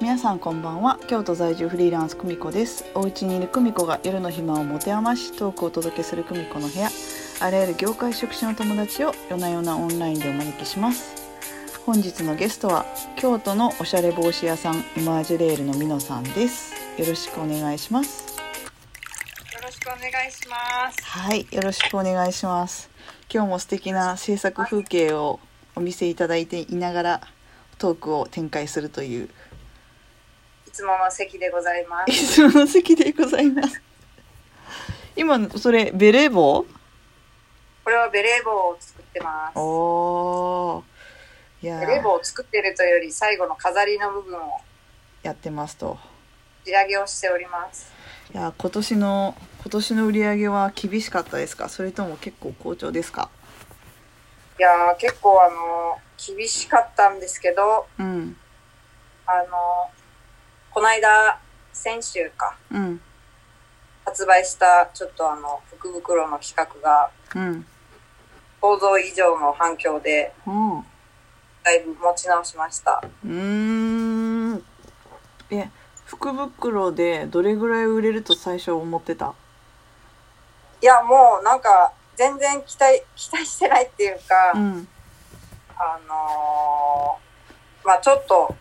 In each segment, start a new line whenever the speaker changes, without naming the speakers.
皆さんこんばんは京都在住フリーランス久美子ですお家にいる久美子が夜の暇を持て余しトークをお届けする久美子の部屋あらゆる業界職種の友達を夜な夜なオンラインでお招きします本日のゲストは京都のおしゃれ帽子屋さんイマージュレールのみのさんですよろしくお願いします
よろしくお願いします。
はいよろしくお願いします今日も素敵な制作風景をお見せいただいていながらトークを展開するという
いつもの席でござい ま
い
す。
つもの席でございます。今のそれベレー帽
これはベレー帽を作ってます。
おーいや
ベレー帽を作ってるというより最後の飾りの部分を
やってますと
仕上げをしております。
いや今年の今年の売り上げは厳しかったですかそれとも結構好調ですか
いやー結構あのー厳しかったんですけど、
うん
あのーこの間先週か
うん
発売したちょっとあの福袋の企画が
うん
想像以上の反響で
うんう
だいぶ持ち直しました。
ーんえ福袋でどれぐらい売れると最初思ってた
いやもうなんか全然期待期待してないっていうか。
うん
あのーまあちょっと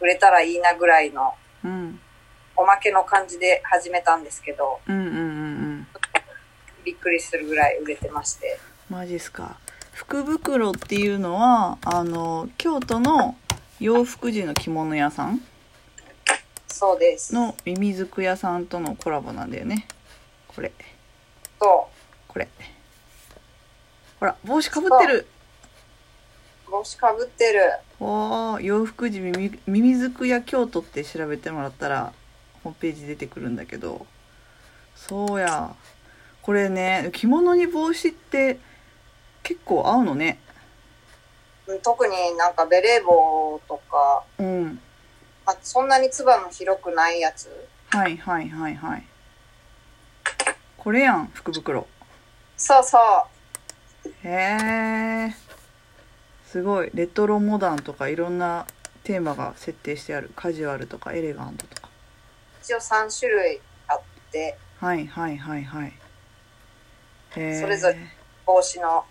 売れたらいいなぐらいの
うん
おまけの感じで始めたんですけど、
うんうんうんうん
びっくりするぐらい売れてまして。
マジっすか福袋っていうのはあの京都の洋服時の着物屋さん
そうです。
のミミズク屋さんとのコラボなんだよねこれ
と、
これほら帽子かぶってる
帽子かぶってる。
おー洋服時ミミミミズク屋京都って調べてもらったらホームページ出てくるんだけどそうやこれね着物に帽子って結構合うのね
うん特になんかベレー帽とか、
うん
まあ、そんなにつばの広くないやつ。
はいはいはいはいこれやん福袋
そうそう。
へえすごいレトロモダンとかいろんなテーマが設定してあるカジュアルとかエレガントとか
一応3種類あって、
はいはいはいはいへえ
それぞれ帽子の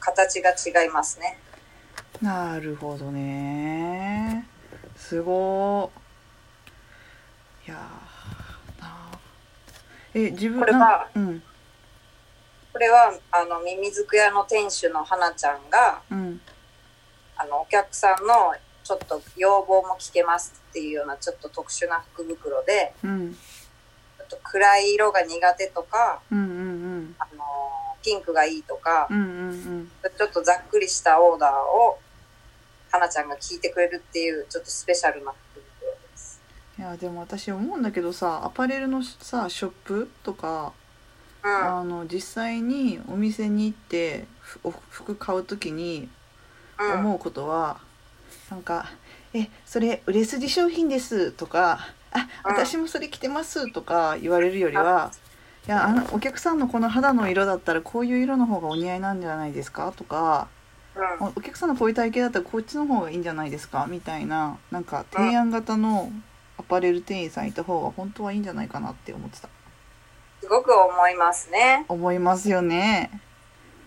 形が違いますね。
なるほどねすごーいやーなあえ自分
これは
なうん
これは、あの、ミミズク屋の店主の花ちゃんが、
うん
あのお客さんのちょっと要望も聞けますっていうようなちょっと特殊な福袋で
うん
ちょっと暗い色が苦手とか、
うんうん
あのーピンクがいいとか
うんうんうん
ちょっとざっくりしたオーダーを花ちゃんが聞いてくれるっていうちょっとスペシャルな福袋です。
いやでも私思うんだけどさアパレルのさショップとか、
うん、うん、
あの実際にお店に行ってふお服買う時に思うことは、なんか「えそれ売れ筋商品です」とか「あ
うん
私もそれ着てます」とか言われるよりは「いやあのお客さんのこの肌の色だったらこういう色の方がお似合いなんじゃないですか?」とか
うん、
おお客さんのこういう体型だったらこっちの方がいいんじゃないですかみたいななんか提案型のアパレル店員さんいた方が本当はいいんじゃないかなって思ってた
すごく思いますね。
思いますよね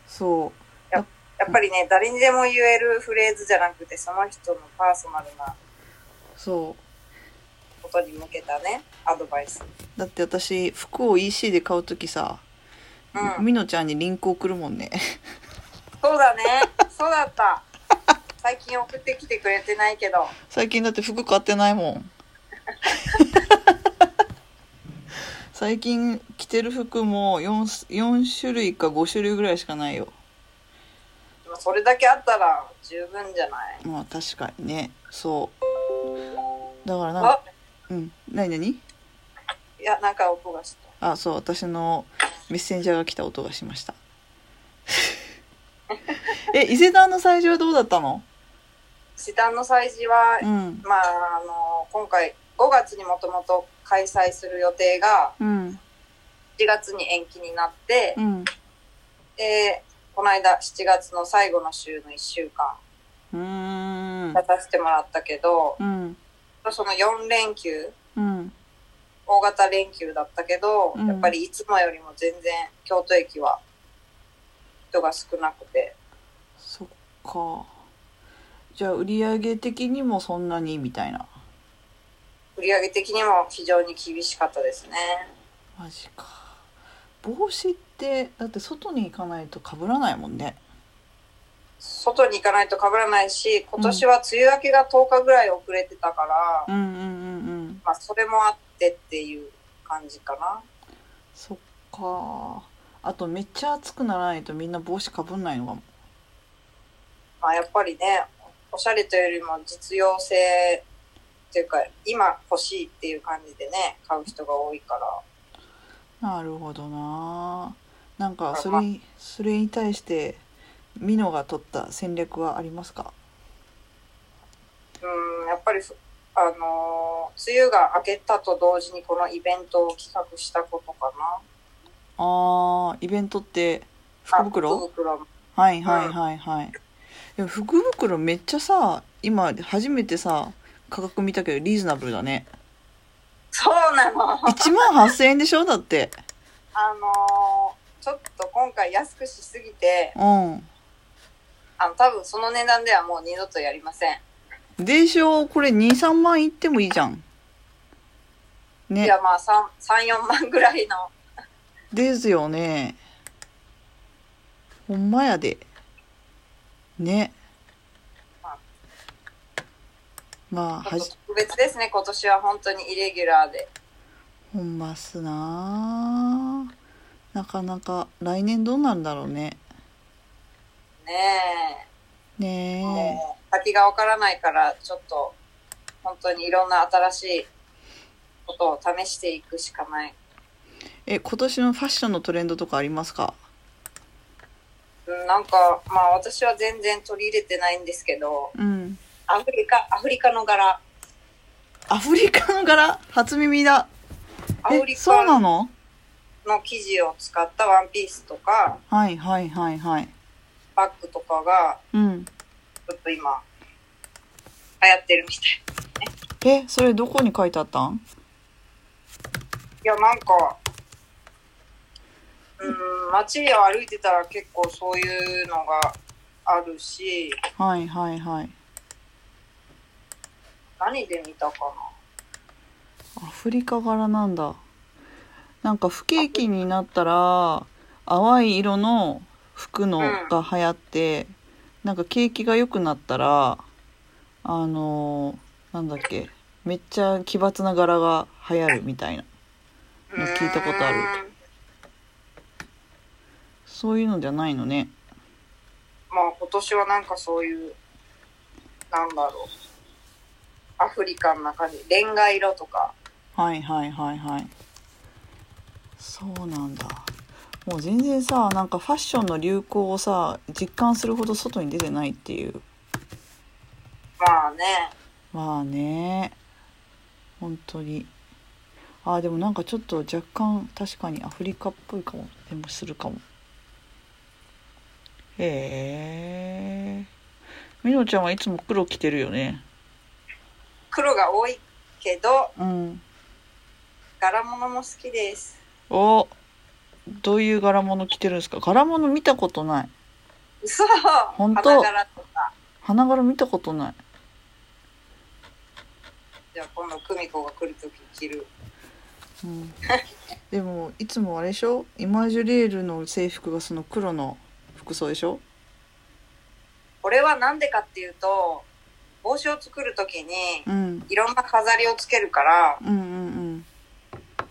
そ
やっぱりね、誰にでも言えるフレーズじゃなくて、その人のパーソナルな
うそ
ことに向けたね、アドバイス。
うだって私服を EC で買う時さ、
うん
みのちゃんにリンク送るもんね
そうだね。そうだった。最近送ってきてくれてないけど。
最近だって服買ってないもん 最近着てる服も 4, 4種類か5種類ぐらいしかないよ
でもそれだけあったら十分じゃない
まあ確かにねそうだからなん
あ
かうん何何
いや、なんか音がした。
あそう私のメッセンジャーが来た音がしました え伊勢丹の催事はどうだったの
時短の催事は、
うん
まあ、あの、今回、5月にもともと開催する予定が、
うん
7月に延期になって、
うん
で、この間、7月の最後の週の1週間、
うーん
出させてもらったけど、
うん
その4連休、
うん
大型連休だったけど、
うん
やっぱりいつもよりも全然京都駅は人が少なくて、
そっかじゃあ売り上げ的にもそんなにみたいな
売り上げ的にも非常に厳しかったですね。
マジか帽子ってだって外に行かないと被らないもんね
外に行かないと被らないし、今年は梅雨明けが10日ぐらい遅れてたから、
うんうんうんうん
まあそれもあってっていう感じかな。
そっかあとめっちゃ暑くならないとみんな帽子かぶんないのかも
まあやっぱりね、おしゃれというよりも実用性っていうか、今欲しいっていう感じでね、買う人が多いから。
なるほどななんかそれにそれに対してミノが取った戦略はありますか
うん、やっぱりふ、あのー梅雨が明けたと同時にこのイベントを企画したことかな。
あーイベントって福
あ
袋
福袋も
はいはいはいはいでも福袋めっちゃさ今初めてさ価格見たけどリーズナブルだね
そうなの。
1万8000円でしょだって
あのーちょっと今回安くしすぎて、
うん
あの、多分その値段ではもう二度とやりません。
でしょこれ23万いってもいいじゃん
い
ね
や、まあ3、3、4万ぐらいの。
ですよねほんまやでねまあ
ち
は
ょっと
じ
特別ですね、今年は本当にイレギュラーで。
ほんますなあなかなか来年どうなんだろうね
ねえ。
ね
もう先がわからないから、ちょっと、本当にいろんな新しいことを試していくしかない。
ええ今年のファッションのトレンドとかありますか
うんなんか、まあ私は全然取り入れてないんですけど、
うん
アフリカ、アフリカの柄。
アフリカの柄初耳だ
アフ
え
リ
そうなの
カの生地を使ったワンピースとか、
はいはいはいはい
バッグとかが、
うん
ちょっと今、流行ってるみたい。
えそれどこに書いてあったん
いや、なんか、うん、街を歩いてたら結構そういうのがあるし、
はいはいはい
何で見たか
アフリカ柄なんだなんか不景気になったら淡い色の服の
うん
が流行って、なんか景気が良くなったらあのーなんだっけめっちゃ奇抜な柄が流行るみたいな
な。
聞いたことある
うーん。
そういうのじゃないのね
まあ今年はなんかそういう、なんだろう。アフリカンな感じ。レンガ色とか。
はいはいはいはいそうなんだもう全然さなんかファッションの流行をさ実感するほど外に出てないっていう
まあね。
まあね本当にあーでもなんかちょっと若干確かにアフリカっぽいかもでもするかもへえみのちゃんはいつも黒着てるよね
黒が多いけど、
うん
柄物も好きです。
おどういう柄物着てるんですか柄物見たことない
嘘
本当
花柄とか。
花柄見たことない
じゃあ今度久美子が来るとき着る。
うん、 でもいつもあれでしょイマージュレールの制服がその黒の服装でしょ
これはなんでかっていうと、帽子を作るときに、
うん
いろんな飾りをつけるから、
うんうん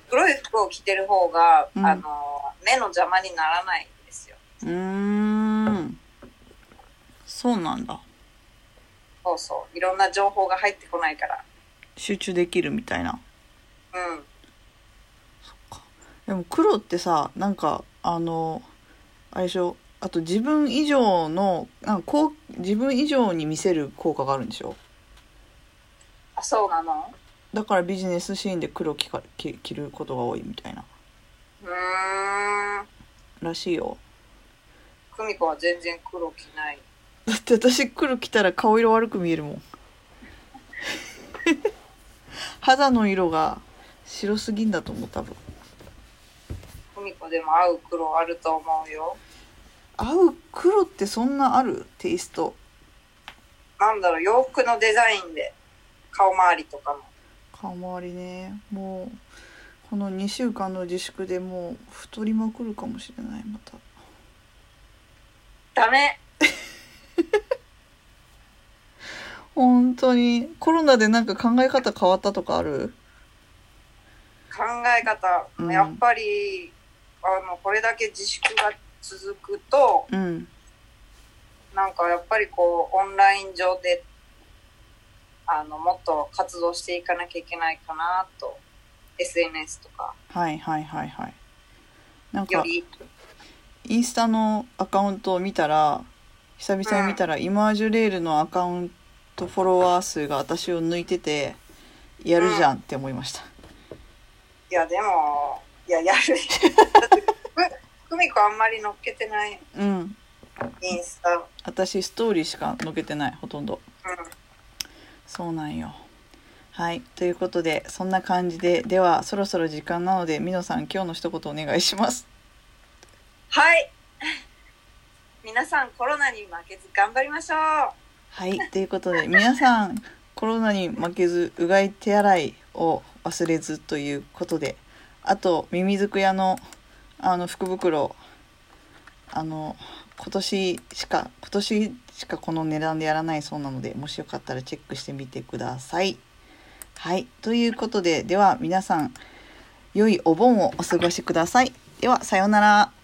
黒い服を着てる方が、
うん
あの、目の邪魔にならないんですよ。
うんうーんそうなんだ
そうそう。いろんな情報が入ってこないから。
集中できるみたいな
うん。
でも黒ってさなんかあのあれでしょあと自分以上のなんかこう自分以上に見せる効果があるんでしょ
あ、そうなの
だからビジネスシーンで黒着か着着ることが多いみたいな
うーん。
らしいよ
久美子は全然黒着ない。
だって私黒着たら顔色悪く見えるもん 肌の色が白すぎんだと思う多分
久美子でも合う黒あると思うよ。
合う黒ってそんなあるテイスト
なんだろう、洋服のデザインで、顔周りとかも。
顔周りねもうこの2週間の自粛でもう太りまくるかもしれないまた
ダメ
本当にコロナでなんか考え方変わったとかある
考え方、
うん
やっぱり、あの、これだけ自粛が続くと、
うん
なんかやっぱりこう、オンライン上で、あの、もっと活動していかなきゃいけないかなと、SNS とか、
はいはいはいはいなん
よ
か
り、
インスタのアカウントを見たら久々に見たら、イマージュレールのアカウントフォロワー数が私を抜いててやるじゃんって思いました、
いや、でも、いや、やる。久美子あんまり乗っけてない、
うん
インスタ。うん。
私ストーリーしか載っけてないほとんどそうなんよはいということでそんな感じでではそろそろ時間なのでみのさん今日の一言お願いします
はい。皆さん、コロナに負けず頑張りましょう。
はいということで皆さんコロナに負けずうがい手洗いを忘れずということであとミミズク屋のあの福袋あの今年しか今年しかこの値段でやらないそうなのでもしよかったらチェックしてみてください。はいということででは皆さん良いお盆をお過ごしください。ではさようなら。